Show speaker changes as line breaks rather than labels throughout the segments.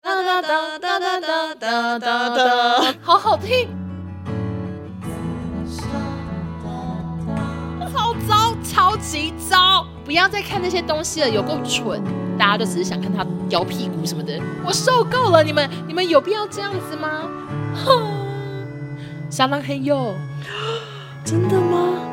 哒哒哒哒哒哒哒哒，好好听。超糟，超级糟！不要再看那些东西了，有够蠢！大家都只是想看他摇屁股什么的，我受够了！你们，你们有必要这样子吗？ 哼，相当黑哟。
真的吗？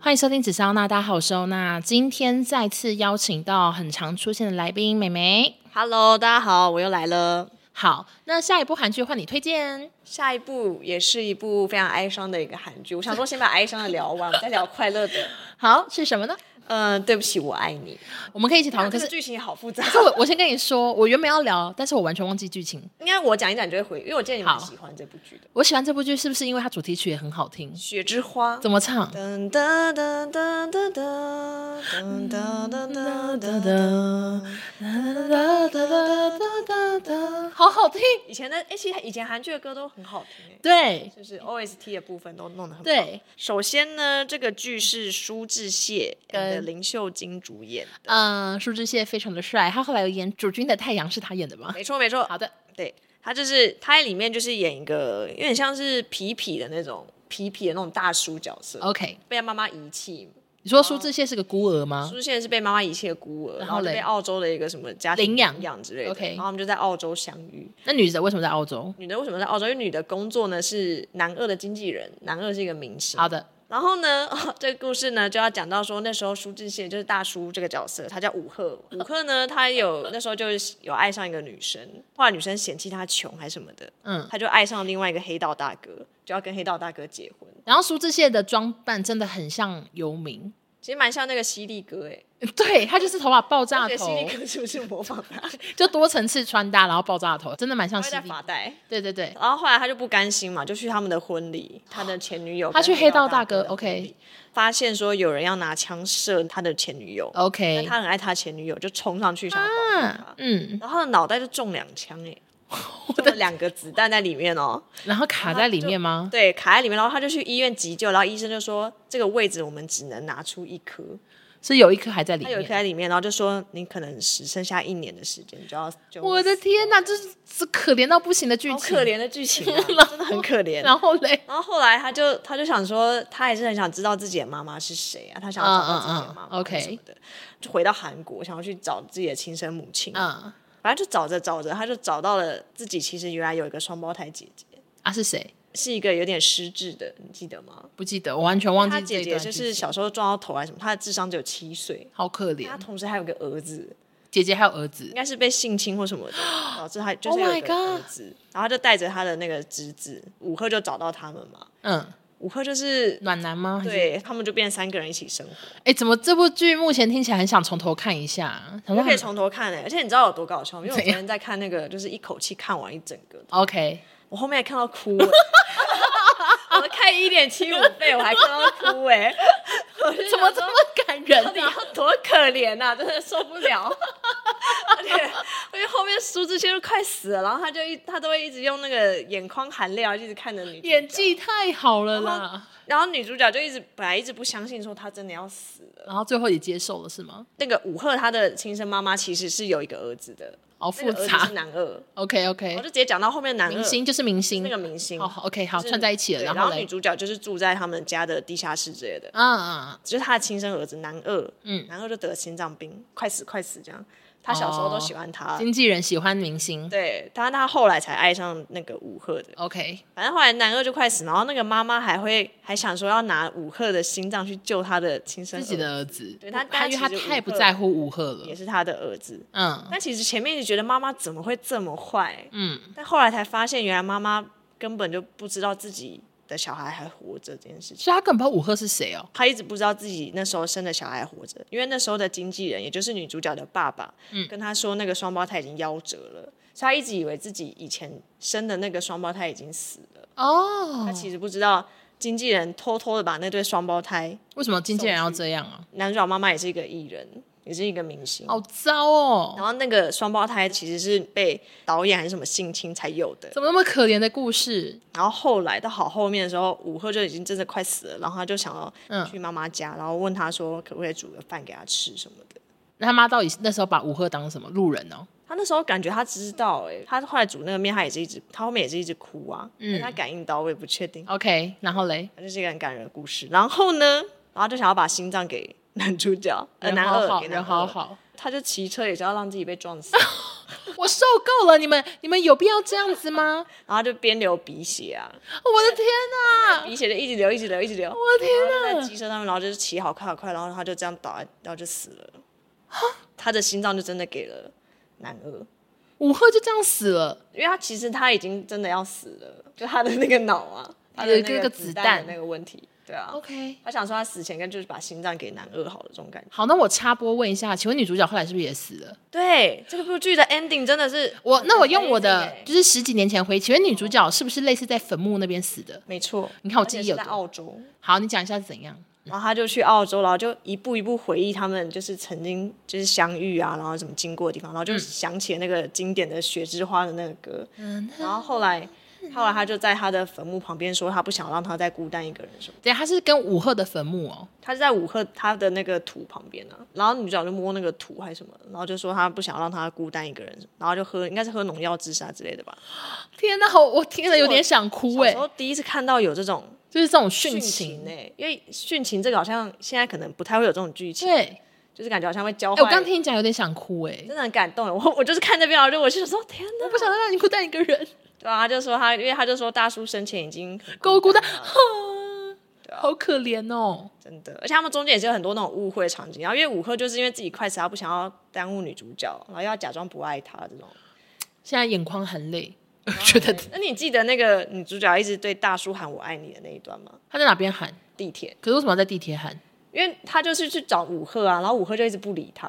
欢迎收听《紫砂欧娜》，大家好，我是欧娜。今天再次邀请到很常出现的来宾美眉。
？Hello，大家好，我又来了。
好，那下一部韩剧换你推荐。
下一部也是一部非常哀伤的一个韩剧，我想说先把哀伤的聊完，我们再聊快乐 的。
好，是什么呢？
嗯、对不起，我爱你。
我们可以一起讨论。
啊这
可是，
个剧情也好复杂，
可是我我先跟你说，我原本要聊，但是我完全忘记剧情。
应该我讲一讲你就会回，因为我记得你蛮
好
喜欢这部剧的《
我喜欢这部剧，是不是因为它主题曲也很好听？
雪之花》。
怎么唱？
噔噔噔噔噔噔噔噔噔噔噔
好好听。
以前的哎、其实以前韩剧的歌都很好听、哎，
对
就是 OST 的部分都弄得很。，
对，
首先呢，这个剧是舒志燮跟
跟
林秀晶主演的，
嗯，舒志燮非常的帅，他后来有演《主君的太阳》，是他演的吗？
没错没错，
好的，
对他就是他在里面就是演一个有点像是痞痞的那种痞痞的那种大叔角色，
OK。
被他妈妈遗弃，
你说舒志燮是个孤儿吗？
出现是被妈妈遗弃的孤儿，
然
然后
后
就
嘞
被澳洲的一个什么家庭
领养
养之类的
OK
然后他们就在澳洲相遇。
那女的为什么在澳洲？
女的为什么在澳洲？因为女的工作呢是男二的经纪人，男二是一个明星。
好的，
然后呢， 这个故事呢就要讲到说，那时候舒志燮就是大叔这个角色，他叫武赫。武赫呢，他有那时候就是有爱上一个女生，后来女生嫌弃他穷还是什么的，
嗯。
他就爱上另外一个黑道大哥，就要跟黑道大哥结婚。
然后舒志燮的装扮真的很像游民，
其实蛮像那个犀利哥哎、
对他就是头发爆
欸，
炸
觉得犀
头
利，哥是不是模仿 他？
就多层次穿搭，然后爆炸头，真的蛮像
他会
犀
戴
利。
发带。
对对对，
然后后来他就不甘心嘛，就去他们的婚礼，他的前女友
啊他去黑道大
哥
哥
的婚礼发现说有人要拿枪射他的前女友，但
，OK，
他很爱他前女友，就冲上去想要保护他，
嗯，
然后他的脑袋就中两枪哎、 中了两个子弹在里面哦，
然后卡在里面吗？
对，卡在里面，然后他就去医院急救，然后医生就说这个位置我们只能拿出一颗，
是有一颗还在里
他有一
面。
颗在里面，然后就说你可能只剩下一年的时间，你就要就
我的天哪，这是这可怜到不行的剧
好
情
可。怜的 剧情、啊，真的很可怜。
然后嘞，
然后后来他就他就想说，他还是很想知道自己的妈妈是谁啊，他想要找到自己的
嗯
妈
嗯嗯
妈
，OK
什么的，就回到韩国，想要去找自己的亲生母亲。
嗯，
反正就找着找着，他就找到了自己其实原来有一个双胞胎姐姐，
啊是谁？
是一个有点失智的，你记得吗？
不记得，我完全忘
他
记这
姐
一
姐
段
就
剧
是
情。
小时候撞到头啊还是什么，她的智商只有七岁。
好可
她
怜，
同时还有个儿子，
姐姐还有儿子
应，该是被性侵或 什么的，导致他就是
Oh
有
my
一个儿子然后他就带着他的那个侄子五赫就找到他们嘛，
嗯，
五赫就是
暖男吗？还是，
对他们就变三个人一起生活，
哎，怎么这部剧目前听起来很想从头看一下？想
我
说
可以从头看诶、欸而且你知道有多搞笑吗？因为我
怎
昨
样
天在看那个，就是一口气看完一整个，
OK，
我后面还看到 哭、欸。我看一点七五倍，我还看到哭哎、
怎么这么感人
到底
啊？
要多可 怜呐、真的受不了。 而且，而且后面苏志燮都快死了，然后他就一他都会一直用那个眼眶含泪啊，一直看着女主角
演。技太好了啦！
然后女主角就一直本来一直不相信说她真的要死了。
然后最后也接受了是吗？
那个武赫他的亲生妈妈其实是有一个儿子的，
好复
那个儿子
杂
是。男二。
OK
我
OK，
就直接讲到后面男二
明星就是明星
那，个明星，
好好 OK 好
就是
串在一起了，
对然
后
女
嘞，
主角就是住在他们家的地下室之类的，
嗯嗯，嗯
就是他的亲生儿子男二，
嗯
男二就得心脏病，快死快死这样。他小时候
哦
都喜欢
嗯
他，
经纪人喜欢明星
对，但他后来才爱上那个武赫的。
，OK，
反正后来男二就快死，然后那个妈妈还会还想说要拿武赫的心脏去救他的亲生
自己
儿子，
的儿子，
对他
他因为
他
他
其实
太不
吴赫
在乎吴赫
也
了，
是他的儿子。
嗯
但其实前面就觉得妈妈怎么会这么坏，
嗯，
但后来才发现原来妈妈根本就不知道自己的小孩还活着这件事情。
所以他根本不知道吴赫是谁哦，
他一直不知道自己那时候生的小孩活着，因为那时候的经纪人，也就是女主角的爸爸，
嗯
跟他说那个双胞胎已经夭折了，所以他一直以为自己以前生的那个双胞胎已经死了，他
哦，
其实不知道经纪人偷偷的把那对双胞胎，
为什么经纪人要这样啊？
男主角妈妈也是一个艺人，也是一个明星，
好糟哦，
然后那个双胞胎其实是被导演还是什么性侵才有的，
怎么那么可怜的故事？
然后后来到好后面的时候，武赫就已经真的快死了，然后他就想要
嗯
去妈妈家，然后问他说可不可以煮个饭给他吃什么的。
那他妈到底那时候把吴赫当什么路人哦？
他那时候感觉他知道、欸，哎，他后来煮那个面，他也是一直，他后面也是一直哭啊，嗯，他感应到，我也不确定，
OK，然后嘞，
反正是一个很感人的故事。然后呢，然后就想要把心脏给男主角，呃，男
好
二
好，
给男
人
二，
好好，
他就骑车也是要让自己被 撞死，
我受够了，你们你们有必要这样子吗？
然后就边流鼻血啊，
我的天哪、
鼻血就一直流，一直流，一直 流，
我的天哪、
在机车上面，然后就是骑好快好快，然后他就这样倒，然后就死了。他的心脏就真的给了男二，
吴赫就这样死了，
因为他其实他已经真的要死了，就他的那个脑 啊，他的
有一
那
个
个
子
子
弹哦
弹的那个问题，对啊。
OK。
他想说他死前跟就是把心脏给男二好了这种感觉。
好，那我插播问一下，请问女主角后来是不是也死了？
对，这个部剧的 ending 真的是
我那我用我
很 amazing
的
欸
就是十几年前回忆，请问女主角是不是类似在坟墓那边死的？
没错，
你看我
而
记
且
忆
是
有
在
多
澳洲，
好，你讲一下是怎样？
然后他就去澳洲，然后就一步一步回忆他们就是曾经就是相遇啊，然后怎么经过的地方，然
嗯
后就想起了那个经典的《雪之花》的那个歌。然后后来，后来他就在他的坟墓旁边说，他不想让他再孤单一个人什么。
对，她是跟武赫的坟墓哦。
他是在武赫他的那个土旁边啊，然后女主角就摸那个土还是什么，然后就说他不想让他孤单一个人，然后就喝应该是喝农药自杀之类的吧。
天哪，好，我听了有点想哭
小
哎、
时候第一次看到有这种
就是这种殉
殉
情。
情哎、因为殉情这个好像现在可能不太会有这种剧情，
对，哎、
就是感觉好像会教坏。
我刚听你讲有点想哭哎、
真的很感动 耶，我我就是看这边，然后我就说天哪，
我不想再让你孤单一个人，
对啊，他就说他，因为他就说大叔生前已经很
够孤单，哈好可怜哦。
真的，而且他们中间也是有很多那种误会场景，然后因为武赫就是因为自己快死，他不想要耽误女主角，然后又要假装不爱她这种。
现在眼眶含泪，我觉得
那你记得那个女主角一直对大叔喊“我爱你”的那一段吗？
他在哪边喊？
地铁，
可是为什么要在地铁喊？
因为他就是去找武赫啊，然后武赫就一直不理他，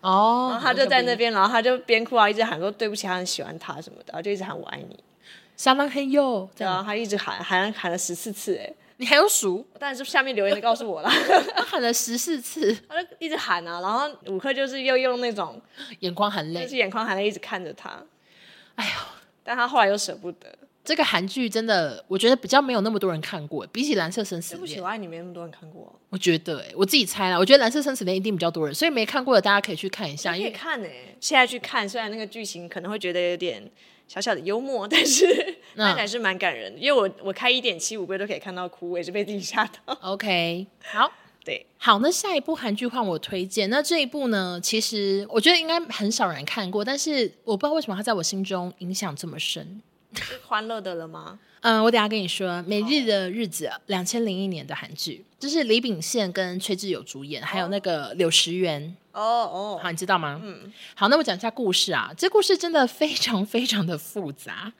哦，
然后他就在那边，然后他就边哭啊，一直喊说对不起，他很喜欢他什么的，然后就一直喊“我爱你
沙浪嘿哟，”，这
然
样
后他一直喊喊喊了十四次，哎，
你还有数？
但是下面留言就告诉我了。
他喊了十四次，
他就一直喊啊，然后五克就是又用那种
眼眶含
就
泪。
是眼眶含泪一直看着他，
哎呦，
但他后来又舍不得，
这个韩剧真的，我觉得比较没有那么多人看过，比起《蓝色生死
对不
恋
起，》，我爱你没那么多人看过，
我觉得、哎，我自己猜啦，我觉得《蓝色生死恋》一定比较多人，所以没看过的大家可以去看一下，
可
因
以
为
看欸呢、现在去看，虽然那个剧情可能会觉得有点小小的幽默，但是 但还是蛮感人的。因为我我开一点七五倍都可以看到哭，我也是被自己吓到。
OK 好。
对，
好，那下一部韩剧换我推荐。那这一部呢，其实我觉得应该很少人看过，但是我不知道为什么它在我心中影响这么深。
是欢乐的了吗？
嗯，我等一下跟你说，《每日的日子》两千零一年的韩剧，就是李秉宪跟崔智友主演，还有那个柳时元。
哦哦，
好，你知道吗？嗯。好，那我讲一下故事啊。这故事真的非常非常的复杂。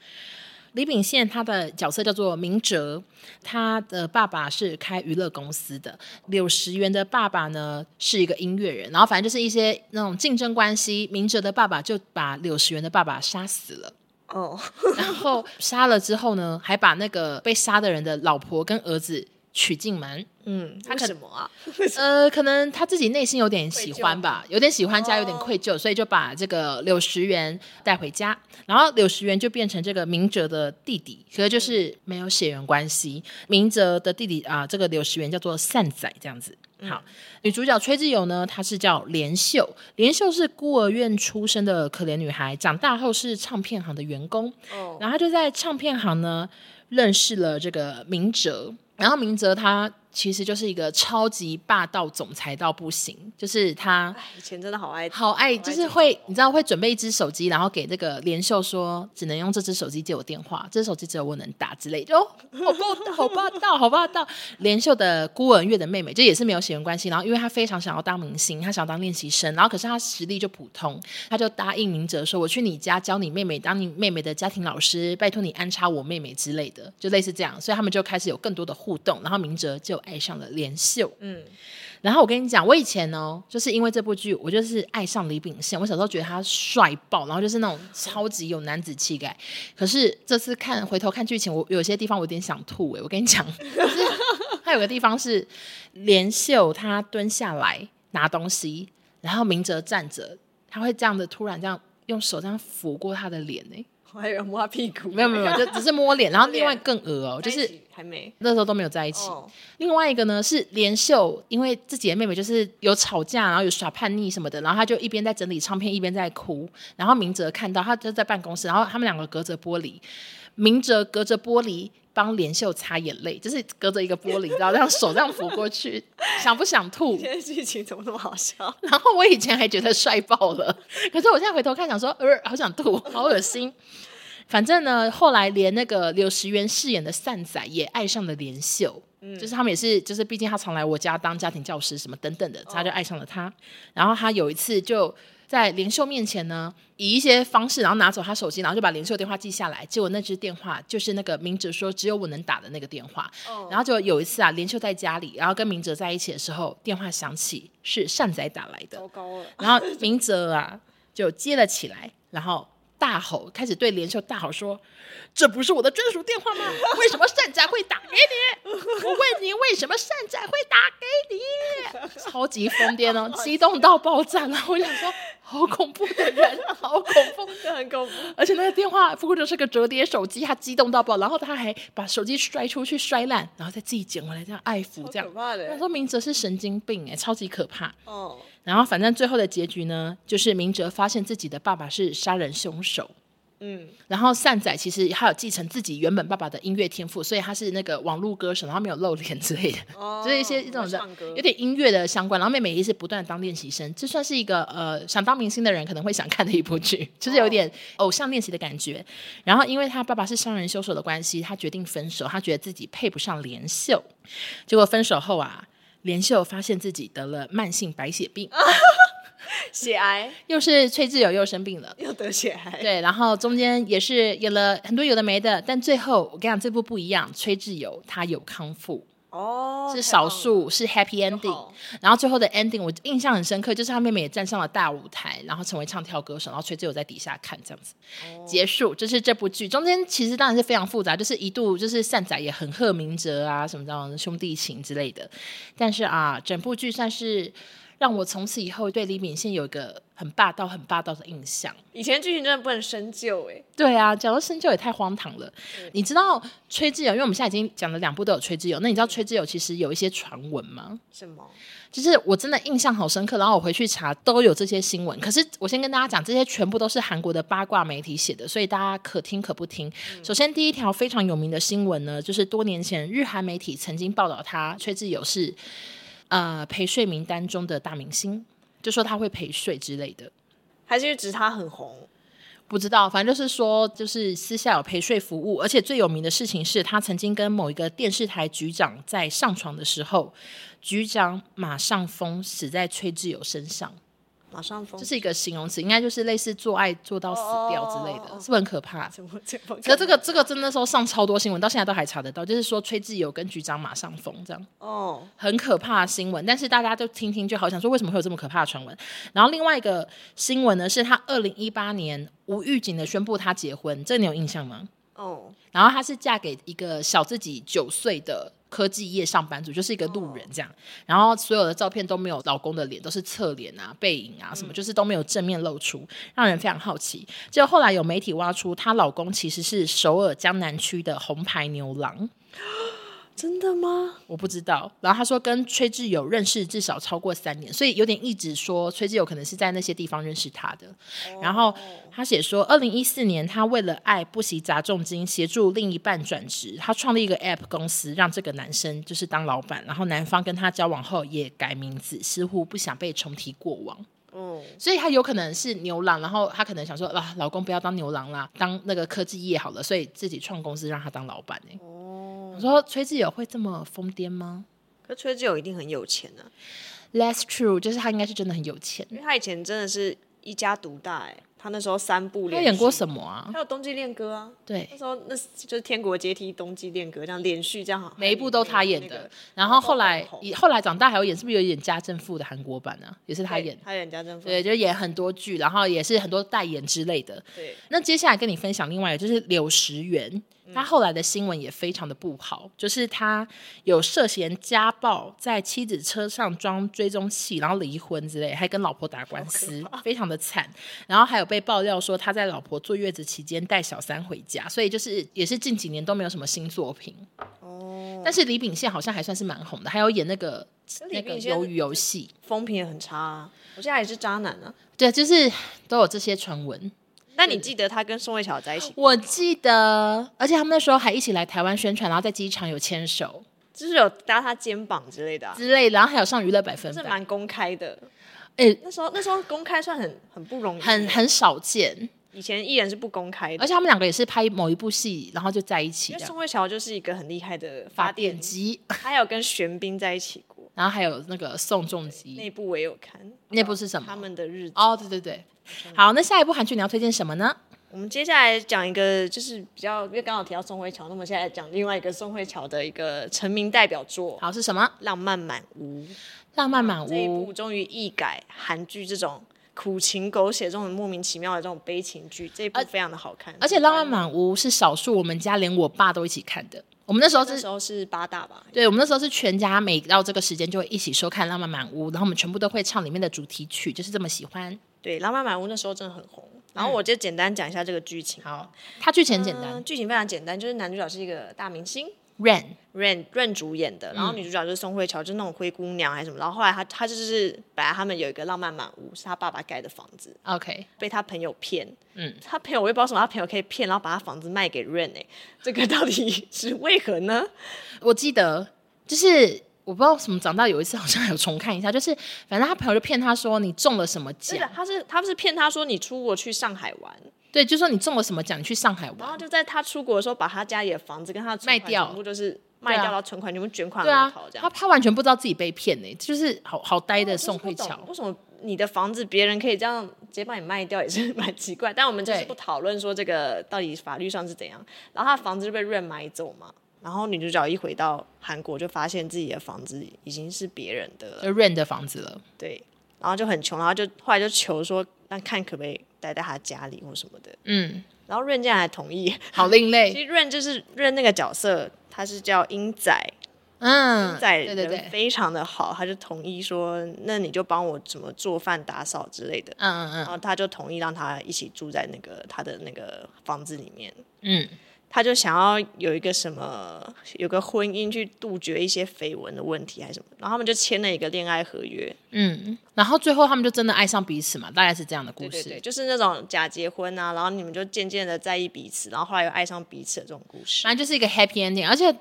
李秉宪他的角色叫做明哲，他的爸爸是开娱乐公司的，柳时元的爸爸呢是一个音乐人，然后反正就是一些那种竞争关系，明哲的爸爸就把柳时元的爸爸杀死了。
哦，
然后 杀了之后呢，还把那个被杀的人的老婆跟儿子娶进门。
嗯，他什么啊？
呃，可能他自己内心有点喜欢吧，有点喜欢家，有点愧疚，所以就把这个柳时元带回家。然后柳时元就变成这个明哲的弟弟，可是就是没有血缘关系。明哲的弟弟啊、这个柳时元叫做善仔，这样子。好，女主角崔智友呢，她是叫莲秀，莲秀是孤儿院出生的可怜女孩，长大后是唱片行的员工。
哦，
然后他就在唱片行呢认识了这个明哲，然后明哲他其实就是一个超级霸道总裁到不行，就是他
哎，以前真的好爱，
好爱，就是会你知道会准备一只手机，然后给这个连秀说只能用这只手机借我电话，这只手机只有我能打之类 的，哦，好霸道，好霸道，好霸道。连秀的孤儿院的妹妹，这也是没有血缘关系，然后因为她非常想要当明星，她想要当练习生，然后可是她实力就普通，她就答应明哲说我去你家教你妹妹，当你妹妹的家庭老师，拜托你安插我妹妹之类的，就类似这样，所以他们就开始有更多的互动，然后明哲就爱上了连秀。
嗯，
然后我跟你讲，我以前哦，就是因为这部剧，我就是爱上李秉宪。我小时候觉得他帅爆，然后就是那种超级有男子气概。可是这次看回头看剧情，我有些地方我有点想吐哎、我跟你讲， 就是他有个地方是连秀他蹲下来拿东西，然后明哲站着，他会这样的突然这样用手这样抚过他的脸哎、
我还有人摸他屁股，
没有没有，没有就只是摸脸，然后另外更恶哦，就
在一
是
起还没
那时候都没有在一起。
哦，
另外一个呢是连秀，因为自己的妹妹就是有吵架，然后有耍叛逆什么的，然后她就一边在整理唱片，一边在哭。然后明哲看到她就在办公室，然后他们两个隔着玻璃，明哲隔着玻璃帮连秀擦眼泪，就是隔着一个玻璃，然后让手这样扶过去， 想不想吐？
现在剧情怎么那么好笑？
然后我以前还觉得帅爆了，可是我现在回头看，想说，呃，好想吐，好恶心。反正呢，后来连那个柳时元饰演的善仔也爱上了连秀，就是他们也是，就是毕竟他常来我家当家庭教师什么等等的，他就爱上了他。然后他有一次就在连秀面前呢，以一些方式，然后拿走他手机，然后就把连秀电话记下来。结果那只电话就是那个明哲说只有我能打的那个电话。
哦
然后就有一次啊，连秀在家里，然后跟明哲在一起的时候，电话响起，是善仔打来的
糟。糕了，
然后明哲啊就接了起来，然后大吼，开始对连秀大吼说：“这不是我的专属电话吗？为什么善仔会打给你？我问你，为什么善仔会打给你？”超级疯癫哦，激动到爆炸。然后我想说，好恐怖的人，好恐怖。
这很恐怖。
而且那个电话不过就是个折叠手机，他激动到爆，然后他还把手机摔出去摔烂，然后再自己捡回来这样爱抚这样
好可。怕
他
的。欸
说明哲是神经病哎、超级可怕。
哦，
然后反正最后的结局呢，就是明哲发现自己的爸爸是杀人凶手。
嗯，
然后善仔其实他有继承自己原本爸爸的音乐天赋，所以他是那个网络歌手，然后没有露脸之类的，
哦
就是一些这种
会
的
唱歌
有点音乐的相关。然后妹妹也是不断地当练习生，这算是一个呃想当明星的人可能会想看的一部剧， 就是有点
哦
偶像练习的感觉。然后因为他爸爸是商人凶手的关系，他决定分手，他觉得自己配不上连秀。结果分手后啊，连秀发现自己得了慢性白血病。
血癌
又是崔智友又生病了。
又得血癌，
对，然后中间也是有了很多有的没的，但最后我跟你讲，这部不一样，崔智友他有康复，
哦，
是
太
少
棒了
数是 happy
就
ending
好。
然后最后的 ending 我印象很深刻，就是他妹妹也站上了大舞台，然后成为唱跳歌手，然后崔智友在底下看这样子、
哦
结束。这是这部剧中间其实当然是非常复杂，就是一度就是善仔也很贺明哲啊什么这样的兄弟情之类的，但是啊，整部剧算是让我从此以后对李秉宪有一个很霸道、很霸道的印象。
以前剧情真的不能深究哎，
对啊，讲到深究也太荒唐了。你知道崔智友，因为我们现在已经讲了两部都有崔智友，那你知道崔智友其实有一些传闻吗？
什么？
就是我真的印象好深刻，然后我回去查都有这些新闻。可是我先跟大家讲，这些全部都是韩国的八卦媒体写的，所以大家可听可不听。首先第一条非常有名的新闻呢，就是多年前日韩媒体曾经报道他崔智友是呃陪睡名单中的大明星，就说他会陪睡之类的。
还是指他很红？
不知道，反正就是说，就是私下有陪睡服务，而且最有名的事情是他曾经跟某一个电视台局长在上床的时候，局长马上封死在崔智友身上，
马上封
这，是一个形容词，应该就是类似做爱做到死掉之类的，
哦哦哦
是不是很可怕？
怎么怎么？
可这个这个真的那时候上超多新闻，到现在都还查得到，就是说崔智友跟局长马上封这样。
哦，
很可怕的新闻，但是大家就听听就好，想说为什么会有这么可怕的传闻。然后另外一个新闻呢，是他二零一八年无预警的宣布他结婚，这你有印象吗？
哦，
然后她是嫁给一个小自己九岁的科技业上班族，就是一个路人这样。然后所有的照片都没有老公的脸，都是侧脸啊、背影啊什么，就是都没有正面露出，让人非常好奇。结果后来有媒体挖出，她老公其实是首尔江南区的红牌牛郎。
真的吗？
我不知道。然后他说跟崔智友认识至少超过三年，所以有点一直说崔智友可能是在那些地方认识他的。然后他写说，二零一四年他为了爱不惜砸重金协助另一半转职，他创立一个 App 公司，让这个男生就是当老板。然后男方跟他交往后也改名字，似乎不想被重提过往。
哦，
所以他有可能是牛郎，然后他可能想说啊，老公不要当牛郎啦，当那个科技业好了，所以自己创公司让他当老板、欸、我说崔智友会这么疯癫吗
可崔智友一定很有钱啊，
？That's true，就是他应该是真的很有钱。
因为他以前真的是一家独大哎，他那时候三部
他
连续
演过什么啊？
还有《冬季恋歌》啊，
对
那，时候那就是《天国阶梯》《冬季恋歌》这样连续这样，
每一部都他演的。
那个
然后后来
爆红
以后来长大还有演，是不是有演家政妇的韩国版啊？也是他演
对，他演家政妇，
对，就演很多剧，然后也是很多代言之类的。
对，
那接下来跟你分享另外一个，就是柳时元，
嗯
他后来的新闻也非常的不好，就是他有涉嫌家暴，在妻子车上装追踪器，然后离婚之类，还跟老婆打官司，非常的惨。然后还有被爆料说他在老婆坐月子期间带小三回家，所以就是也是近几年都没有什么新作品。
哦，
但是李秉宪好像还算是蛮红的，还有演那个
李
那个
秉宪
鱿鱼游戏，
风评也很差、啊，我现在也是渣男啊。
对，就是都有这些传闻。
那你记得他跟宋慧乔在一起，
我记得，而且他们那时候还一起来台湾宣传，然后在机场有牵手
就是有搭他肩膀之类的、啊，
之类的，然后还有上娱乐百分
这是
百，
蛮公开的。
哎、
那时候那时候公开算很很不容易，
很很少见。
以前艺人是不公开
而
的。
且他们两个也是拍某一部戏，然后就在一起
因
这
为
样。
宋慧乔就是一个很厉害的发电机，
机，
她有跟玄彬在一起过，
然后还有那个宋仲基，
那部我也有看。
那部是什
他
么？
们的嗯日子。
哦，对对对。好，那下一部韩剧你要推荐什么呢？
我们接下来讲一个，就是比较，因为刚好提到宋慧乔，那我们现在讲另外一个宋慧乔的一个成名代表作《
好是什么？
浪漫满屋》
浪漫满
嗯这一
屋
部，。终于一改韩剧这种苦情狗血、这种莫名其妙的这种悲情剧，这一部非常的好看。
而且浪漫满屋是少数我们家连我爸都一起看的。我们那时候
那
是
时候是八大吧，
对，我们那时候是全家每到这个时间就会一起收看《浪漫满屋》，然后我们全部都会唱里面的主题曲，就是这么喜欢。
对，《浪漫满屋》那时候真的很红。然后我就简单讲一下这个剧情。
嗯好，它剧情很简单
嗯，剧情非常简单，就是男主角是一个大明星，
，Rain，
任任主演
嗯
的，然后女主角就是宋慧乔，就是那种灰姑娘还啊是什么。然后后来她她就是本来他们有一个浪漫满屋，是她爸爸盖的房子，
OK，
被她朋友骗。
嗯，
她朋友我也不知道为什么，她朋友可以骗，然后把她房子卖给任哎、这个到底是为何呢？
我记得就是我不知道什么，长大有一次好像有重看一下，就是反正他朋友就骗他说你中了什么
是
奖
的，，她是她不是骗她说你出国去上海玩，
对，就说你中了什么奖，你去上海
然
玩
后。就在她出国的时候，把她家里的房子跟她的存款
卖掉
全部就是卖
对
掉，
啊
然后存款全部卷款
对啊
而逃，这样
他。
哎
他完全不知道自己被骗呢、就是好好呆的宋慧
我就是
乔
不懂。为什么你的房子别人可以这样直接把你卖掉，也是 蛮奇怪。但我们就是
对
不讨论说这个到底法律上是怎样。然后他的房子就被润买走嘛，然后女主角一回到韩国就发现自己的房子已经是别人的了，
就 Rain 的房子了，
对，然后就很穷，然后就后来就求说，那看可不可以待在他家里或什么的。
嗯，
然后润竟然还同意。
好另类，
其实润就是润那个角色，他是叫英仔，
嗯，
在
对对
人
对，
非常的好，他就同意说，那你就帮我怎么做饭、打扫之类的。
嗯嗯
然后他就同意让他一起住在那个他的那个房子里面。
嗯嗯，
他就想要有一个什么，有个婚姻去杜绝一些绯闻的问题还是什么，然后他们就签了一个恋爱合约，
嗯，然后最后他们就真的爱上彼此嘛，大概是这样的故
对
事。
对对，就是那种假结婚啊，然后你们就渐渐的在意彼此，然后后来又爱上彼此的这种故事，
反正就是一个 happy ending，而且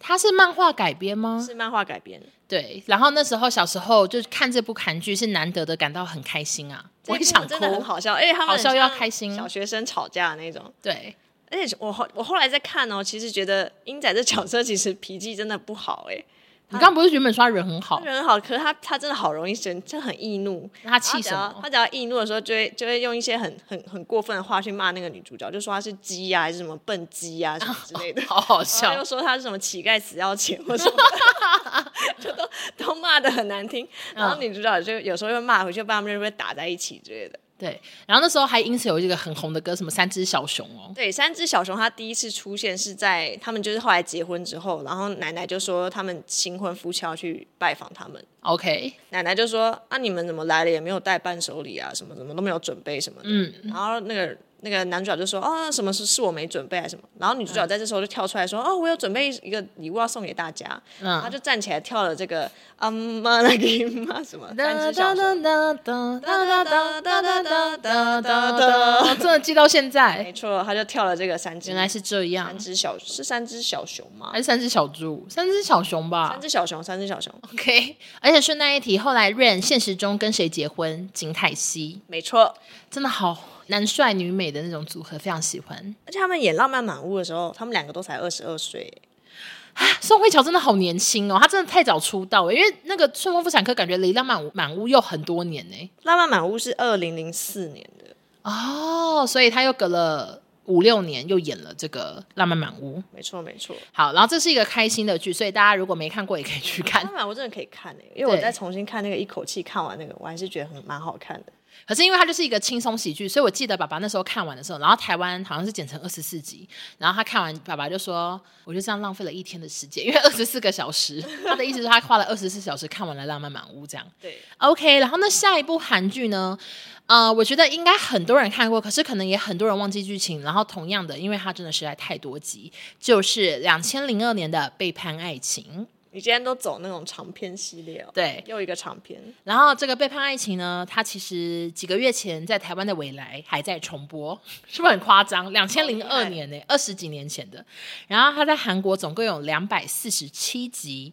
它是漫画改编吗？
是漫画改编的。
对。然后那时候小时候就看这部韩剧，是难得的感到很开心啊，我
这
会
一部
想哭，
真的很好笑，而且他们
好
很
笑又要
像
开心
小学生吵架的那种。
对，
而且我后我后来在看哦，其实觉得英仔这角色其实脾气真的不好哎、
你刚不是原本说他人很好
他，人很好，可是他他真的好容易生，真的很易怒。
那他气
只
什
要
么？
他只要易怒的时候，就会就会用一些很很很过分的话去骂那个女主角，就说她是鸡啊呀、还是什么笨鸡啊呀、什么之类的。
好好
然后
笑
又，说她是什么乞丐死要钱或什么 的，就都都骂的很难听。然
嗯
后女主角就有时候会骂回去，把他们就会打在一起之类的。
对。然后那时候还因此有一个很红的歌，什么三只小熊哦，
对，三只小熊它第一次出现是在他们就是后来结婚之后，然后奶奶就说他们新婚夫妻要去拜访他们，
OK，
奶奶就说啊你们怎么来了也没有带伴手礼啊，什么什么都没有准备什么的。
嗯，
然后那个那个男主角就说啊什么是是我没准备还是什么，然后女主
嗯
角在这时候就跳出来说哦我有准备一个礼物要送给大家，然后
嗯。
就站起来跳了这个啊妈那个妈什么 三只小熊，
哒哒哒哒哒哒哒哒哒
哒
哒，真的记到现
没
在，
错，他就跳了这个三只
原来是这样
三，只小是三只小熊吗
还？是三只小猪，三只小熊吧，
三只小熊，三只小熊，
OK，而 且顺带一提，后来 Rain 现实中跟谁结婚？金泰熙，
没错。
真的好男帅女美的那种组合，非常喜欢。
而且他们演《浪漫满屋》的时候，他们两个都才二十二岁，
宋慧乔真的好年轻哦，她真的太早出道了，因为那个《顺风妇产科》感觉离《浪漫满屋》又很多年呢。欸
《浪漫满屋》是二零零四年的，
哦，所以她又隔了五六年又演了这个《浪漫满屋》。
没错没错。
好，然后这是一个开心的剧，所以大家如果没看过也可以去看。
当然，我真的可以看诶、因为我
对
再重新看那个，一口气看完那个，我还是觉得很蛮好看的。
可是因为它就是一个轻松喜剧，所以我记得爸爸那时候看完的时候，然后台湾好像是剪成二十四集，然后他看完，爸爸就说：“我就这样浪费了一天的时间，因 为二十四个小时。” 他的意思是他花了二十四小时看完了《浪漫满屋》这样。
对，
OK，然后那下一部韩剧呢？呃，我觉得应该很多人看过，可是可能也很多人忘记剧情。然后同样的，因为它真的实在太多集，就是两千零二年的《背叛爱情》。
你今天都走那种长篇系列哦，
对，
又一个长篇，
然后这个《背叛爱情》呢，它其实几个月前在台湾的未来还在重播， 是不是很夸张？两千零二年呢、二十几年前的。然后它在韩国总共有两百四十七集，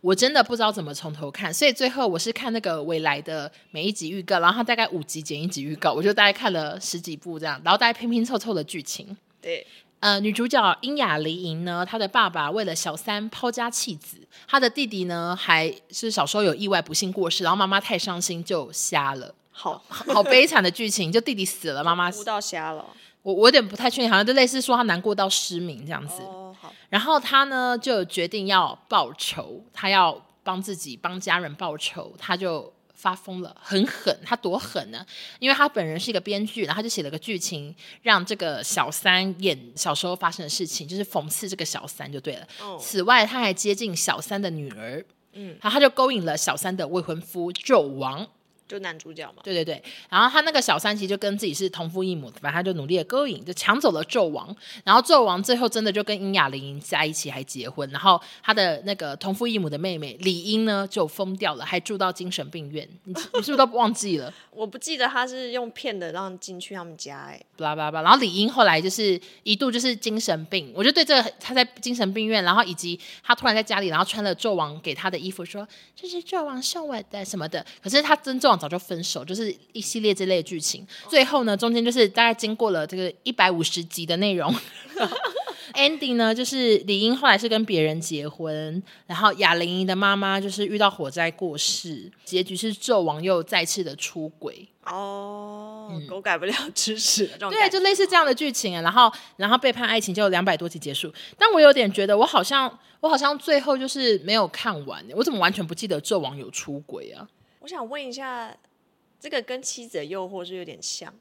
我真的不知道怎么从头看，所以最后我是看那个未来的每一集预告，然后它大概五集剪一集预告，我就大概看了十几部这样，然后大概拼拼凑凑的剧情。
对，
呃，女主角英雅离莹呢，她的爸爸为了小三抛家弃子，她的弟弟呢还是小时候有意外不幸过世，然后妈妈太伤心就瞎了，
好，
好悲惨的剧情，就弟弟死了，妈妈
哭到瞎了哦。
我我有点不太确定，好像就类似说她难过到失明这样子，
哦，好，
然后她呢就决定要报仇，她要帮自己帮家人报仇，她就。发疯了，很狠，她多狠呢？因为她本人是一个编剧，然后她就写了个剧情，让这个小三演小时候发生的事情，就是讽刺这个小三就对了。
哦，
此外，他还接近小三的女儿，
嗯，
然后他就勾引了小三的未婚夫纣王，
就男主角嘛，
对对对，然后他那个小三其实就跟自己是同父异母，反正他就努力的勾引，就抢走了纣王，然后纣王最后真的就跟殷雅玲在一起，还结婚，然后他的那个同父异母的妹妹李英呢就疯掉了，还住到精神病院，你你是不是都忘记了？
我不记得他是用骗的让进去他们家、哎，
巴拉巴拉巴拉，然后李英后来就是一度就是精神病，我就对这个他在精神病院，然后以及他突然在家里，然后穿了纣王给他的衣服说这是纣王送我的什么的，可是他跟纣王早就分手，就是一系列这类的剧情。最后呢，中间就是大概经过了这个一百五十集的内容。Andy 呢，就是李英后来是跟别人结婚，然后雅玲莹的妈妈就是遇到火灾过世，结局是纣王又再次的出轨，
哦，狗改不了吃屎，这种
对，
感觉
就类似这样的剧情啊。然后，然后背叛爱情就两百多集结束。但我有点觉得，我好像，我好像最后就是没有看完，欸我怎么完全不记得纣王有出轨啊？
我想问一下，这个跟《妻子的诱惑》是有点像，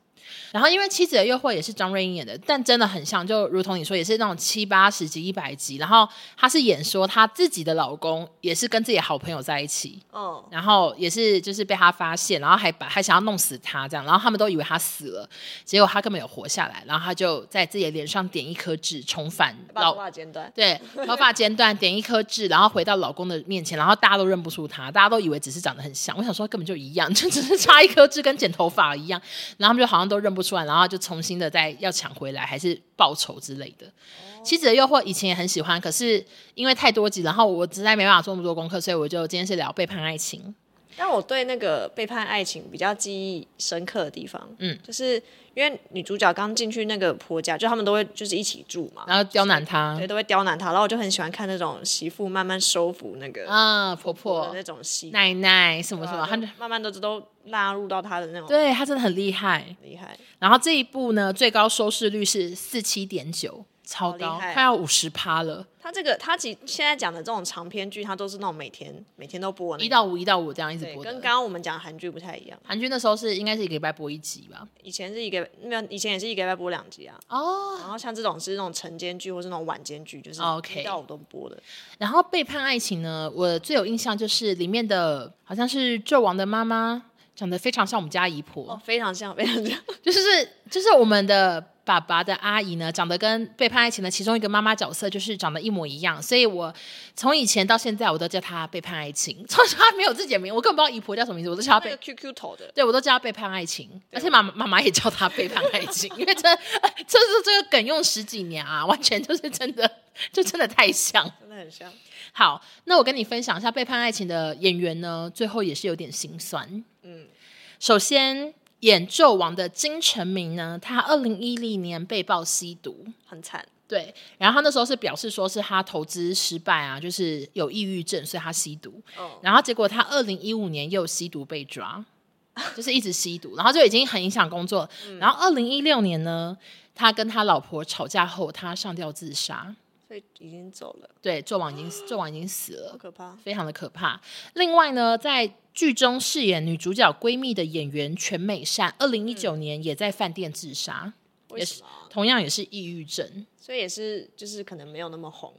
然后，因为《妻子的诱惑》也是张瑞英演的，但真的很像，就如同你说，也是那种七八十集、一百集。然后，她是演说她自己的老公也是跟自己的好朋友在一起，
嗯，
然后也是就是被他发现，然后还把还想要弄死他这样，然后他们都以为他死了，结果他根本有活下来，然后他就在自己的脸上点一颗痣，重返
把
老
头发剪短，
对，头发剪短，点一颗痣，然后回到老公的面前，然后大家都认不出他，大家都以为只是长得很像。我想说根本就一样，就只是差一颗痣跟剪头发一样，然后他们就好像都认不出来，然后就重新的再要抢回来，还是报仇之类的。
哦
妻子的诱惑以前也很喜欢，可是因为太多集，然后我实在没办法做那么多功课，所以我就今天是聊背叛爱情。
但我对那个背叛爱情比较记忆深刻的地方，
嗯，
就是因为女主角刚进去那个婆家，就他们都会就是一起住嘛，
然后刁难他
对，都会刁难她，然后我就很喜欢看那种媳妇慢慢收服那个
啊，婆
婆的
婆、
那种戏，
奶奶什么什么，
啊
他就
就慢慢的都纳入到她的那种
对他真的很厉害。
厉害，
然后这一部呢，最高收视率是四七点九，超高，
好厉害
快要五十趴了，
她这个她其现在讲的这种长篇剧，她都是那种每天每天都播的
一
那种，
到五，一到五这样一直
对，
播
跟
的。
刚刚我们讲的韩剧不太一样，
韩剧那时候是应该是一个礼拜播一集吧？
以前是一个没有，以前也是一个礼拜播两集啊，
哦，
然后像这种是那种晨间剧或是那种晚间剧，就是
OK
一到五都播的。
然后《背叛爱情》呢，我最有印象就是里面的好像是纣王的妈妈，长得非常像我们家姨婆，
哦，非常像，非常像。
就是就是我们的爸爸的阿姨呢，长得跟《背叛爱情》的其中一个妈妈角色就是长得一模一样，所以我从以前到现在我都叫她《背叛爱情》， 从她没有自己的名字，我根本不知道姨婆叫什么名字，我都叫她 背
那个 QQ 头的，
对我都叫他背叛爱情，而且妈妈妈妈也叫他背叛爱情，因为 这这是这个梗用十几年啊，完全就是真的， 就真的太像。
真的很像。
好，那我跟你分享一下背叛爱情的演员呢，最后也是有点心酸。
嗯，
首先演纣王的金城明呢，他二零一零年被曝吸毒，
很惨。
对，然后他那时候是表示说是他投资失败啊，就是有抑郁症，所以他吸毒。
哦，
然后结果他二零一五年又吸毒被抓，就是一直吸毒，然后就已经很影响工作。然后二零一六年呢，他跟他老婆吵架后，他上吊自杀。
所以已经走了，
对，纣王已经纣王已经死了
好。可怕。
非常的可怕。另外呢，在剧中饰演女主角闺蜜的演员全美善，二零一九年也在饭店自杀，
为什么啊？
同样也是抑郁症，
所以也是就是可能没有那么红，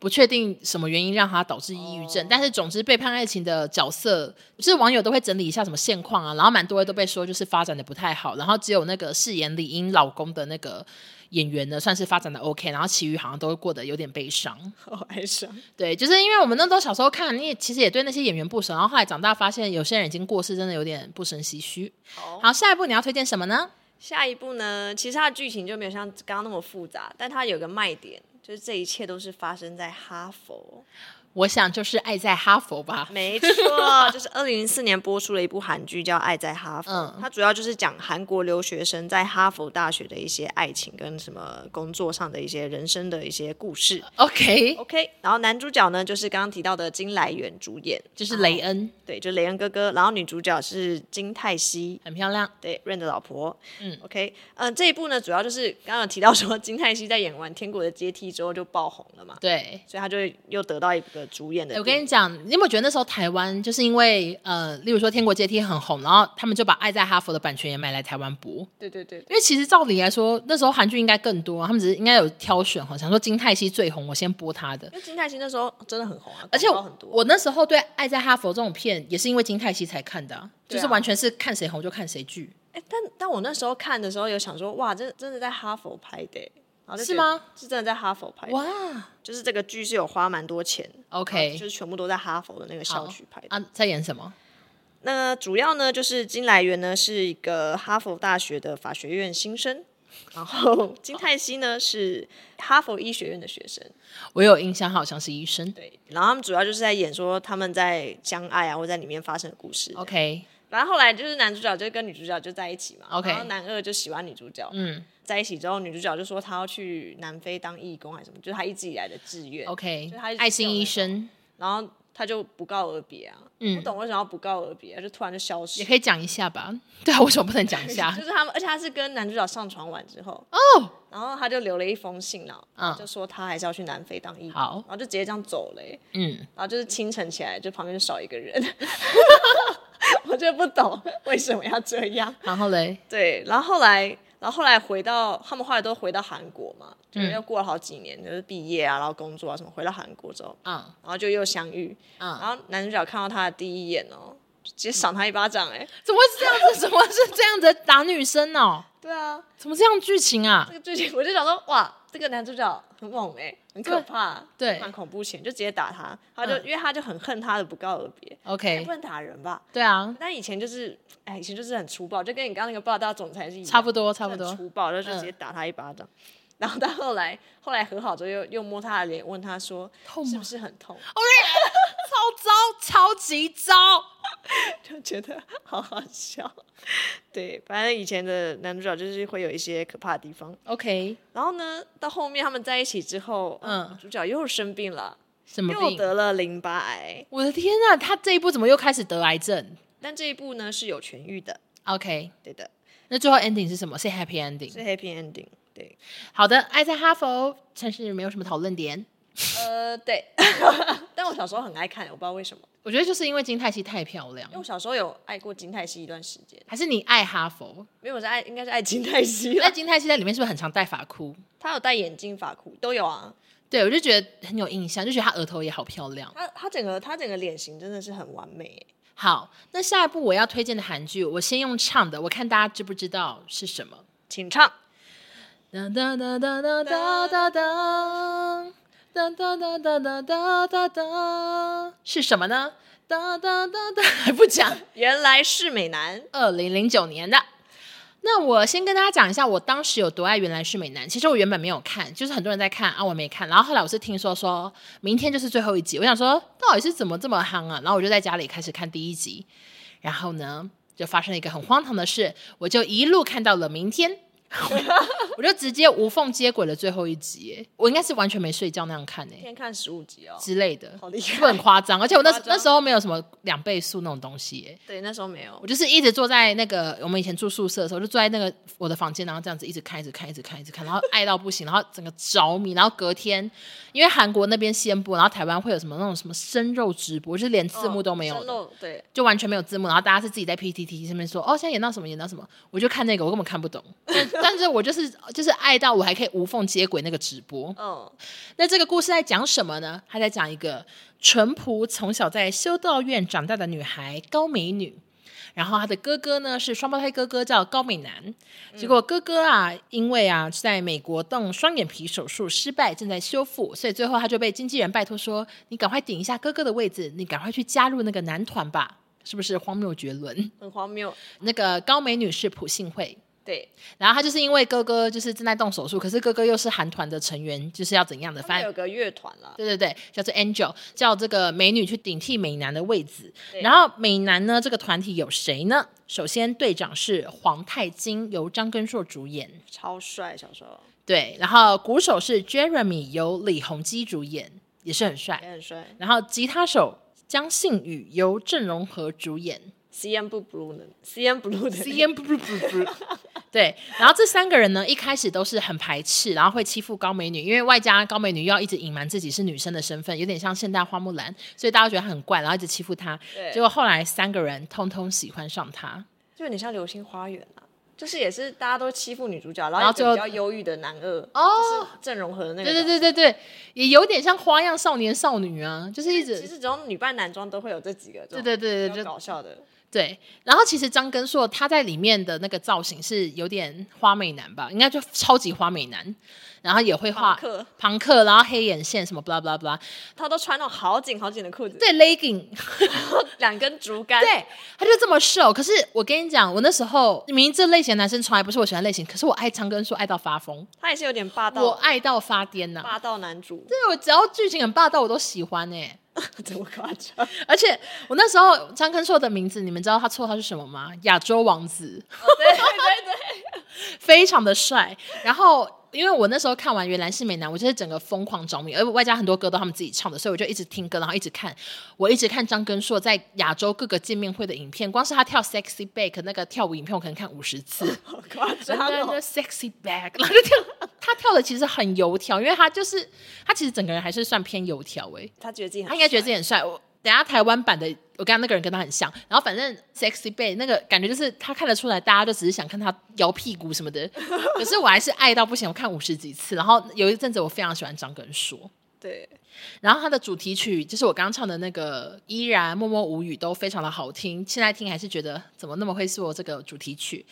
不确定什么原因让她导致抑郁症。但是总之，背叛爱情的角色，就是网友都会整理一下什么现况啊，然后蛮多都被说就是发展的不太好，然后只有那个饰演李英老公的那个。演员呢，算是发展的 OK，然后其余好像都过得有点悲伤。
好哀伤。
对，就是因为我们那时候小时候看，你也其实也对那些演员不熟，然后后来长大发现有些人已经过世，真的有点不胜唏嘘。
好，
好，下一步你要推荐什么呢？
下一步呢？其实它的剧情就没有像刚刚那么复杂，但它有个卖点，就是这一切都是发生在哈佛。
我想就是《爱在哈佛》吧。
没错，就是二零零四年播出了一部韩剧叫《爱在哈佛》，
嗯
它主要就是讲韩国留学生在哈佛大学的一些爱情跟什么工作上的一些人生的一些故事。
OK，
OK，然后男主角呢就是刚刚提到的金来源主演，
就是雷恩，
对，就雷恩哥哥。然后女主角是金泰熙，
很漂亮。
对 r 的老婆。
嗯
，OK，嗯、这一部呢主要就是刚刚有提到说金泰熙在演完《天国的阶梯》之后就爆红了嘛，
对，
所以他就又得到一个主演的
哎我
地
跟你讲，你有没有觉得那时候台湾就是因为呃，例如说《天国阶梯》很红，然后他们就把《爱在哈佛》的版权也买来台湾播。
对对对
因为其实照理来说，那时候韩剧应该更多，啊他们只是应该有挑选哈，想说金泰熙最红，我先播他的。
因为金泰熙那时候真的很红啊，
而且
广告很多。
我那时候对《爱在哈佛》这种片也是因为金泰熙才看的啊、
对
就
啊
是完全是看谁红就看谁剧，
哎、但但我那时候看的时候有想说，哇，这真的在哈佛拍的欸、然后就是觉得
吗？
是真的在哈佛拍的，
哇
就是这个剧是有花蛮多钱然后
，OK
就是全部都在哈佛的那个校
好
区拍的。
啊，在演什么？
那主要呢，就是金来源呢是一个哈佛大学的法学院新生，然后金泰熙呢是哈佛医学院的学生，
我有印象，好像是医生。
对，然后他们主要就是在演说他们在相爱啊，或在里面发生的故事。
OK，
然后后来就是男主角就跟女主角就在一起嘛
OK
然后男二就喜欢女主角，
嗯
在一起之后，女主角就说她要去南非当义工还是什么，就是她一直以来的志愿。
，OK，
就他一直
爱心医生
然后她就不告而别啊，
嗯
不懂为什么要不告而别、啊，就突然就消失
也。可以讲一下吧？ 对啊，为什么不能讲一下
就是他们，而且她是跟男主角上床完之后，哦，然后她就留了一封信啦，
嗯
就说她还是要去南非当义工，
好
然后就直接这样走了、欸
嗯，
然后就是清晨起来就旁边就少一个人， 我就不懂为什么要这样。
然后嘞，
对，然后后来，然后后来回到他们后来都回到韩国嘛，就是
嗯
又过了好几年，就是毕业啊，然后工作啊什么，回到韩国之后，
嗯
然后就又相遇，然
嗯，
后男主角看到他的第一眼哦，就直接赏他一巴掌、哎，
怎么会是这样子？怎么会是这样子打女生哦？
对啊，
怎么这样剧情啊
这？个剧情我就想说，哇，这个男主角很猛哎、很可怕，
对对
蛮恐怖型，就直接打他，他就、
嗯哎
因为他就很恨他的不告而别，也
OK，
不能打人吧？
对啊，
但以前就是，哎，以前就是很粗暴，就跟你刚刚那个霸道总裁是一样，
差不多差不
就
多
很。粗暴，然后就直接
嗯
打他一巴掌。然后到后来，后来和好之后又，又摸他的脸，问他说：“
痛吗哦
是不是很痛
超糟，超级糟。？”
就觉得 好好笑。对，反正以前的男主角就是会有一些可怕的地方。
OK，
然后呢，到后面他们在一起之后，
嗯
嗯，主角又生病了，
什么
又
病？
得了淋巴癌。
我的天啊，他这一部怎么又开始得癌症
但这一部呢是有痊愈的，
？OK，
对的，
那最后 ending 是什么？是 happy
是
ending。
happy ending。对，
好的，爱在哈佛，但是没有什么讨论点。
呃，对。 但我小时候很爱看，我不知道为什么。
我觉得就是因为金泰熙太漂亮
因为，我小时候有爱过金泰熙一段时间，
还是你爱哈佛？
没有我是爱，应该是爱金泰熙
那
了。
金泰熙在里面是不是很常戴发箍？
他有戴眼镜、发箍，都有啊。
对，我就觉得很有印象，就觉得她额头也好漂亮。
他他整个他整个脸型真的是很完美耶。
好，那下一部我要推荐的韩剧，我先用唱的，我看大家知不知道是什么。
请唱，
哒哒哒哒哒哒哒哒。哒哒哒哒哒哒哒哒，是什么呢？哒哒哒哒，还不讲。
原来是美男。
二零零九年的。那我先跟大家讲一下，我当时有多爱《原来是美男》。其实我原本没有看，就是很多人在看啊，我没看。然后后来我是听说说明天就是最后一集，我想说到底是怎么这么夯啊？然后我就在家里开始看第一 集，然后呢就发生了一个很荒唐的事，我就一路看到了明天。我就直接无缝接轨了最后一集耶，我应该是完全没睡觉那样看诶
天看十五集哦，
之类的，
好厉
是不是
害
很！夸张？而且我那
很夸张
那时候没有什么两倍速那种东西欸耶，
对，那时候没有
我，就是一直坐在那个我们以前住宿舍的时候，就坐在那个我的房间，然后这样子一直看，一直看，一直看，一直看，然后爱到不行，然后整个着迷，然后隔天因为韩国那边先播，然后台湾会有什么那种什么生肉直播，就是连字幕都没有
哦
的
生肉对，
就完全没有字幕，然后大家是自己在 PTT 上面说哦，现在演到什么演到什么，我就看那个，我根本看不懂， 但但是我就是就是爱到我还可以无缝接轨那个直播。
嗯，
那这个故事在讲什么呢？他在讲一个淳朴从小在修道院长大的女孩高美女。然后她的哥哥呢是双胞胎哥哥，叫高美男。结果哥哥啊，因为啊在美国动双眼皮手术失败，正在修复，所以最后他就被经纪人拜托说：“你赶快顶一下哥哥的位置，你赶快去加入那个男团吧。”是不是荒谬绝伦？
很荒谬，
那个高美女是朴信惠，
对，
然后她就是因为哥哥就是正在动手术，可是哥哥又是韩团的成员，就是要怎样的？
他
反
们
正
有个乐团啦，
对对对，叫做 Angel，叫这个美女去顶替美男的位置。
对
然后美男呢，这个团体有谁呢？首先队长是黄泰京，由张根硕主演。
超帅，小时候
对，然后鼓手是 Jeremy，由李弘基主演，也是很帅。
也很帅
然后吉他手江信宇由郑容和主演。
，CN 不 blue 呢，CN blue 的
C N 不不不不， 对。然后这三个人呢，一开始都是很排斥，然后会欺负高美女，因为外加高美女又要一直隐瞒自己是女生的身份，有点像现代花木兰，所以大家觉得她很怪，然后一直欺负她。
对
结果后来三个人通通喜欢上她，
就有点像《流星花园》啊，就是也是大家都欺负女主角，
然
然后
后
有
最
个
后
比较忧郁的男二，
哦
就是郑容和的那个
对
角色，
对对对对，也有点像花样少年少女啊，就是一
其
直。
实只要女扮男装都会有这几个，
对对对对，就
搞笑的，
对。然后其实张根硕他在里面的那个造型是有点花美男吧，应该就超级花美男，然后也会画
朋克
朋克，然后黑眼线什么 blah blah blah，
他都穿那种好紧好紧的裤子，
对 legging，
两根竹竿，
对，他就这么瘦。可是我跟你讲，我那时候明明这类型的男生从来不是我喜欢的类型，可是我爱张根硕爱到发疯，
他也是有点霸
我
道，
爱到发癫呐、
霸道男主，
对，我只要剧情很霸道，我都喜欢哎、
怎么夸 张？哦
而且我那时候张根硕的名字，你们知道他绰号是什么吗？亚洲王子，
对对对，
非常的帅。然后。因为我那时候看完《原来是美男》，我就是整个疯狂着迷，而外加很多歌都他们自己唱的，所以我就一直听歌，然后一直看。我一直看张根硕在亚洲各个见面会的影片，光是他跳《Sexy Back》那个跳舞影片，我可能看五十次。
好夸
然后
张
就
哦，
sexy back，然后就跳，他跳的其实很油条，因为他就是他其实整个人还是算偏油条欸诶、
他觉得自己很
他应该觉得自己很帅。我等一下台湾版的，我刚刚那个人跟他很像，然后反正 sexy back 那个感觉就是他看得出来，大家就只是想看他摇屁股什么的，可是我还是爱到不行，我看五十几次，然后有一阵子我非常喜欢张根硕。
对，
然后它的主题曲就是我刚刚唱的那个《依然默默无语》，都非常的好听。现在听还是觉得怎么那么会是我这个主题曲。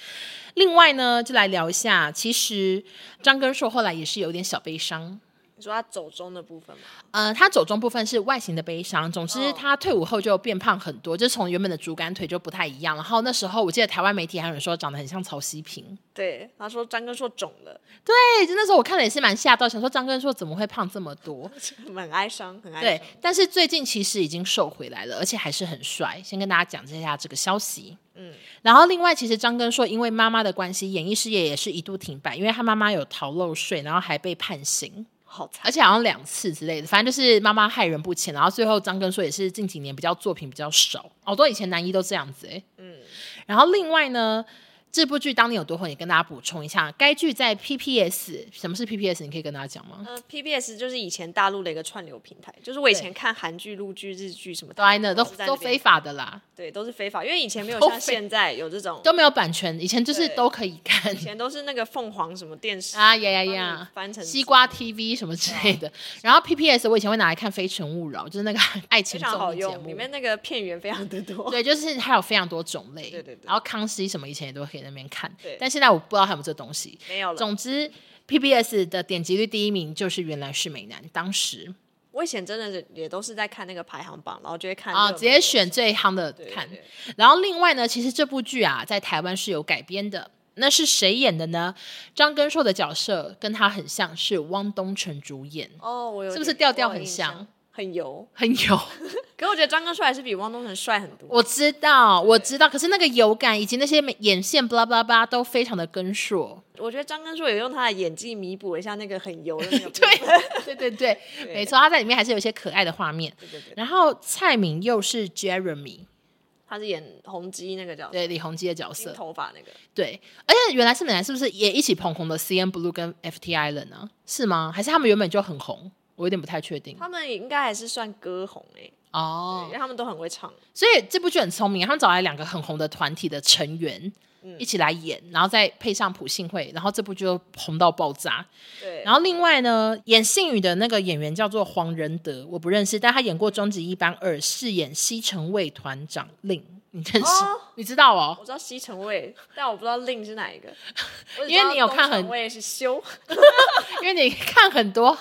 另外呢，就来聊一下，其实张根硕后来也是有点小悲伤。
你说他走中的部分嘛，
呃，他走中部分是外形的悲伤。总之
哦，
他退伍后就变胖很多，就是从原本的竹竿腿就不太一样。然后那时候我记得台湾媒体还有人说长得很像曹希平。
对，他说张根硕肿了，
对，就那时候我看了也是蛮吓到，想说张根硕怎么会胖这么多？
很哀伤，很哀
对
伤，，
但是最近其实已经瘦回来了，而且还是很帅。先跟大家讲一下这个消息。嗯
嗯，
然后另外，其实张根硕因为妈妈的关系，演艺事业也是一度停摆，因为他妈妈有逃漏税，然后还被判刑，
好惨，
而且好像两次之类的。反正就是妈妈害人不浅，然后最后张根硕也是近几年比较作品比较少，好多以前男一都这样子哎、
嗯，
然后另外呢，这部剧当年有多红，也跟大家补充一下。该剧在 PPS，什么是 PPS？你可以跟大家讲吗？
呃，PBS 就是以前大陆的一个串流平台，就是我以前看韩剧、陆剧、日剧什么的，
都在那都
是在
都
那边
非法的啦。
对，都是非法，因为以前没有
啊都
像
非
现在有这种，
都没有版权，以前就是
对
都可以看
以前都是那个凤凰什么电视，
啊呀呀
帮
呀
你，翻成啊
西瓜 TV 什么之类的。然后 PPS 我以前会拿来看《非诚勿扰》，就是那个 爱
非
情
常
综
好
艺节
用，里
目。
面那个片源非常的多。
对，就是还有非常多种类，
对对对
然后康熙什么以前也都可以在那边看
对，
但现在我不知道还有没有这东西。
没有了，
总之，PBS 的点击率第一名就是原来是美男，当时
我以前真的是也都是在看那个排行榜，然后就会看
啊
热门
直接选最夯的
对对
看。
对
然后另外呢，其实这部剧啊，在台湾是有改编的。那是谁演的呢？张根硕的角色跟他很像，是汪东城主演，
哦，我有
是不是
点
调调
我有
很
印
像
象？很油，
很有。
可我觉得张根硕还是比汪东城帅很多。
我知道，我知道，可是那个有感以及那些眼线巴拉巴拉巴拉都非常的根硕。
我觉得张根硕也用他的演技弥补了一下那个很油的那个部分。
对，对对 对，没错，他在里面还是有一些可爱的画面。
对对对，
然后蔡敏又是 Jeremy，
他是演红基那个角色，
对李弘基的角
金
色，
头发那个。
对，而且原来是美男是不是也一起捧红了 CN Blue 跟 FT Island 呢、是吗？还是他们原本就很红？我有点不太确定
他们应该还是算歌红哎、对
哦
因为。他们都很会唱。
所以这部剧很聪明，他们找来两个很红的团体的成员、一起来演，然后再配上朴信惠，然后这部就红到爆炸。
对，
然后另外呢，演信宇的那个演员叫做黄仁德，我不认识，但他演过《终极一班二》，饰演西城卫团长令。你真是、
哦
你知道哦？
我知道西城卫，但我不知道令是 哪一个，我只知道
因为你有看很
东城卫是修
因为你看很多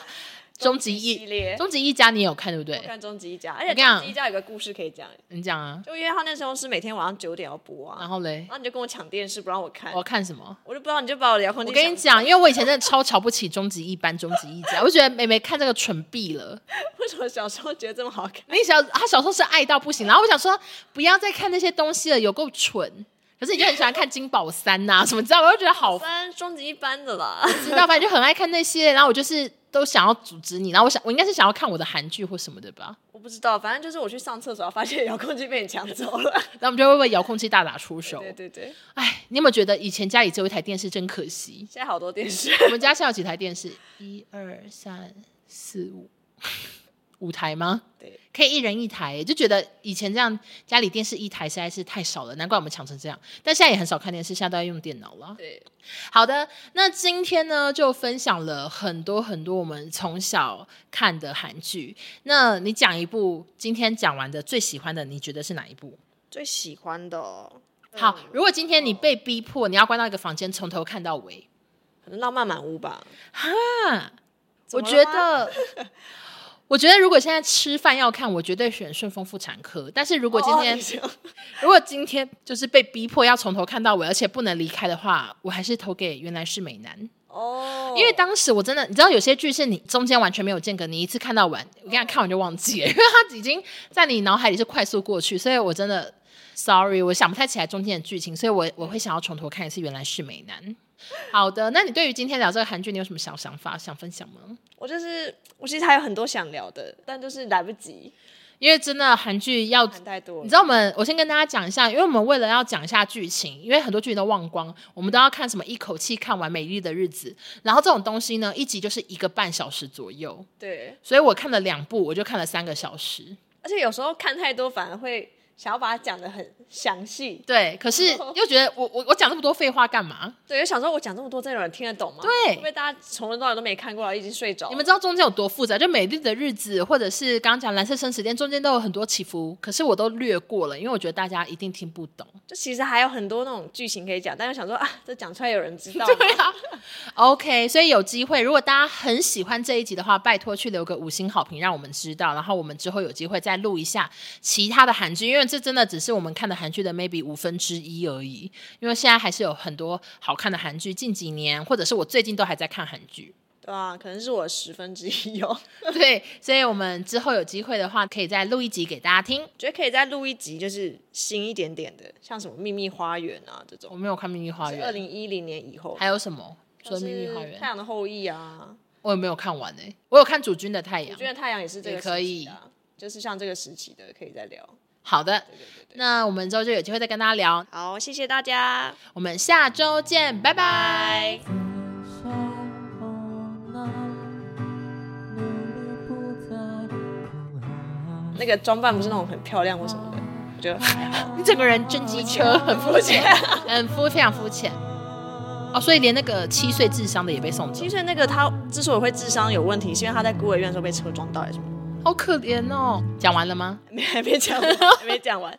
终极
系
一、
列，
终极一家，你也有看对不对
我？看终极一家，
我
而且
跟你讲
终极一家有个故事可以讲欸，
你讲啊，
就因为他那时候是每天晚上九点要播啊，
然后嘞
然，后你就跟我抢电视不让我看，
我看什么？
我就不知道你就把我的遥控器
我
抢走，
跟你讲，因为我以前真的超瞧不起终极一班、终极一家，我就觉得妹妹看这个蠢毙了。
为什么小时候觉得这么好看？
那小他小时候是爱到不行，然后我想说不要再看那些东西了，有够蠢。可是你就很喜欢看金宝三呐、什么，你知道吗？我就觉得好
翻终极一班的啦，
知道，反正就很爱看那些，然后我就是都想要阻止你，然后我想我应该是想要看我的韩剧或什么的吧，
我不知道，反正就是我去上厕所，发现遥控器被你抢走了。
然后我们就会为遥控器大打出手
对。对对，
哎，你有没有觉得以前家里只有一台电视真可惜？
现在好多电视，
我们家现在有几台电视？一二三四五， 五台吗？
对，
可以一人一台耶，就觉得以前这样家里电视一台实在是太少了，难怪我们抢成这样。但现在也很少看电视，现在都在用电脑了。
对，
好的，那今天呢就分享了很多很多我们从小看的韩剧。那你讲一部今天讲完的最喜欢的，你觉得是哪一部？
最喜欢的、哦、
好，如果今天你被逼迫，你要关到一个房间，从头看到尾，
可能浪漫满屋吧。
啊，
怎
我
么
觉
了吗
得， 我觉得如果现在吃饭要看，我绝对选顺丰妇产科。但是如果今天，
哦
如果今天就是被逼迫要从头看到尾，而且不能离开的话，我还是投给原来是美男，
哦，
因为当时我真的，你知道有些剧是你中间完全没有间隔，你一次看到完，我跟你讲看完就忘记了，因为 它已经在你脑海里是快速过去，所以我真的。Sorry，我想不太起来中间的剧情，所以我我会想要从头看一次。原来是美男。好的，那你对于今天聊这个韩剧，你有什么小想法想分享吗？
我就是我其实还有很多想聊的，但就是来不及，
因为真的韩剧要，
谈太多
你
了。
知道我们，我先跟大家讲一下，因为我们为了要讲一下剧情，因为很多剧情都忘光，我们都要看什么一口气看完《美丽的日子》，然后这种东西呢，一集就是一个半小时左右，
对，
所以我看了两部，我就看了三个小时。
而且有时候看太多反而会想要把它讲的很详细。
对，可 是又觉得我我我讲那么多废话干嘛？
对，就想说我讲这么多，真的有人听得懂吗？
对
会不会大家从头到尾都没看过，然后已经睡着了？
你们知道中间有多复杂？就《美丽的日子》或者是刚刚讲《蓝色生死恋》，中间都有很多起伏，可是我都略过了，因为我觉得大家一定听不懂。
就其实还有很多那种剧情可以讲，但又想说啊，这讲出来有人知道吗？
对啊，OK，所以有机会，如果大家很喜欢这一集的话，拜托去留个五星好评，让我们知道。然后我们之后有机会再录一下其他的韩剧，因为这真的只是我们看的韩剧的 maybe 五分之一而已。因为现在还是有很多好看的韩剧，近几年或者是我最近都还在看韩剧。
对啊，可能是我的十分之一哦。
对，所以我们之后有机会的话，可以再录一集给大家听。
觉得可以再录一集，就是新一点点的，像什么《秘密花园》啊这
我
种，
没有看《秘密花
二
园》，
零一零年以后，
还有什么？除了《
像是
秘密花
《
园
太》，阳的后裔》啊，
我也没有看完诶、我有看《主君的太
《
阳
我觉》。得太阳》也是这个
也可以
时期的啊，就是像这个时期的可以再聊。
好的，
对对对对，
那我们之后就有机会再跟大家聊。
好，谢谢大家。
我们下周见，拜拜。
성공한 눈보다
那个装扮不是那种很漂亮或什么的，我觉得还好。
你整个人真机车，很肤浅，很肤非常肤浅。哦，所以连那个七岁智商的也被送走
金，穗那个他之所以会智商有问题，是因为他在孤儿院的时候被车撞到还是什么？
好可怜哦。讲完了吗？
没还没讲完，还没讲完。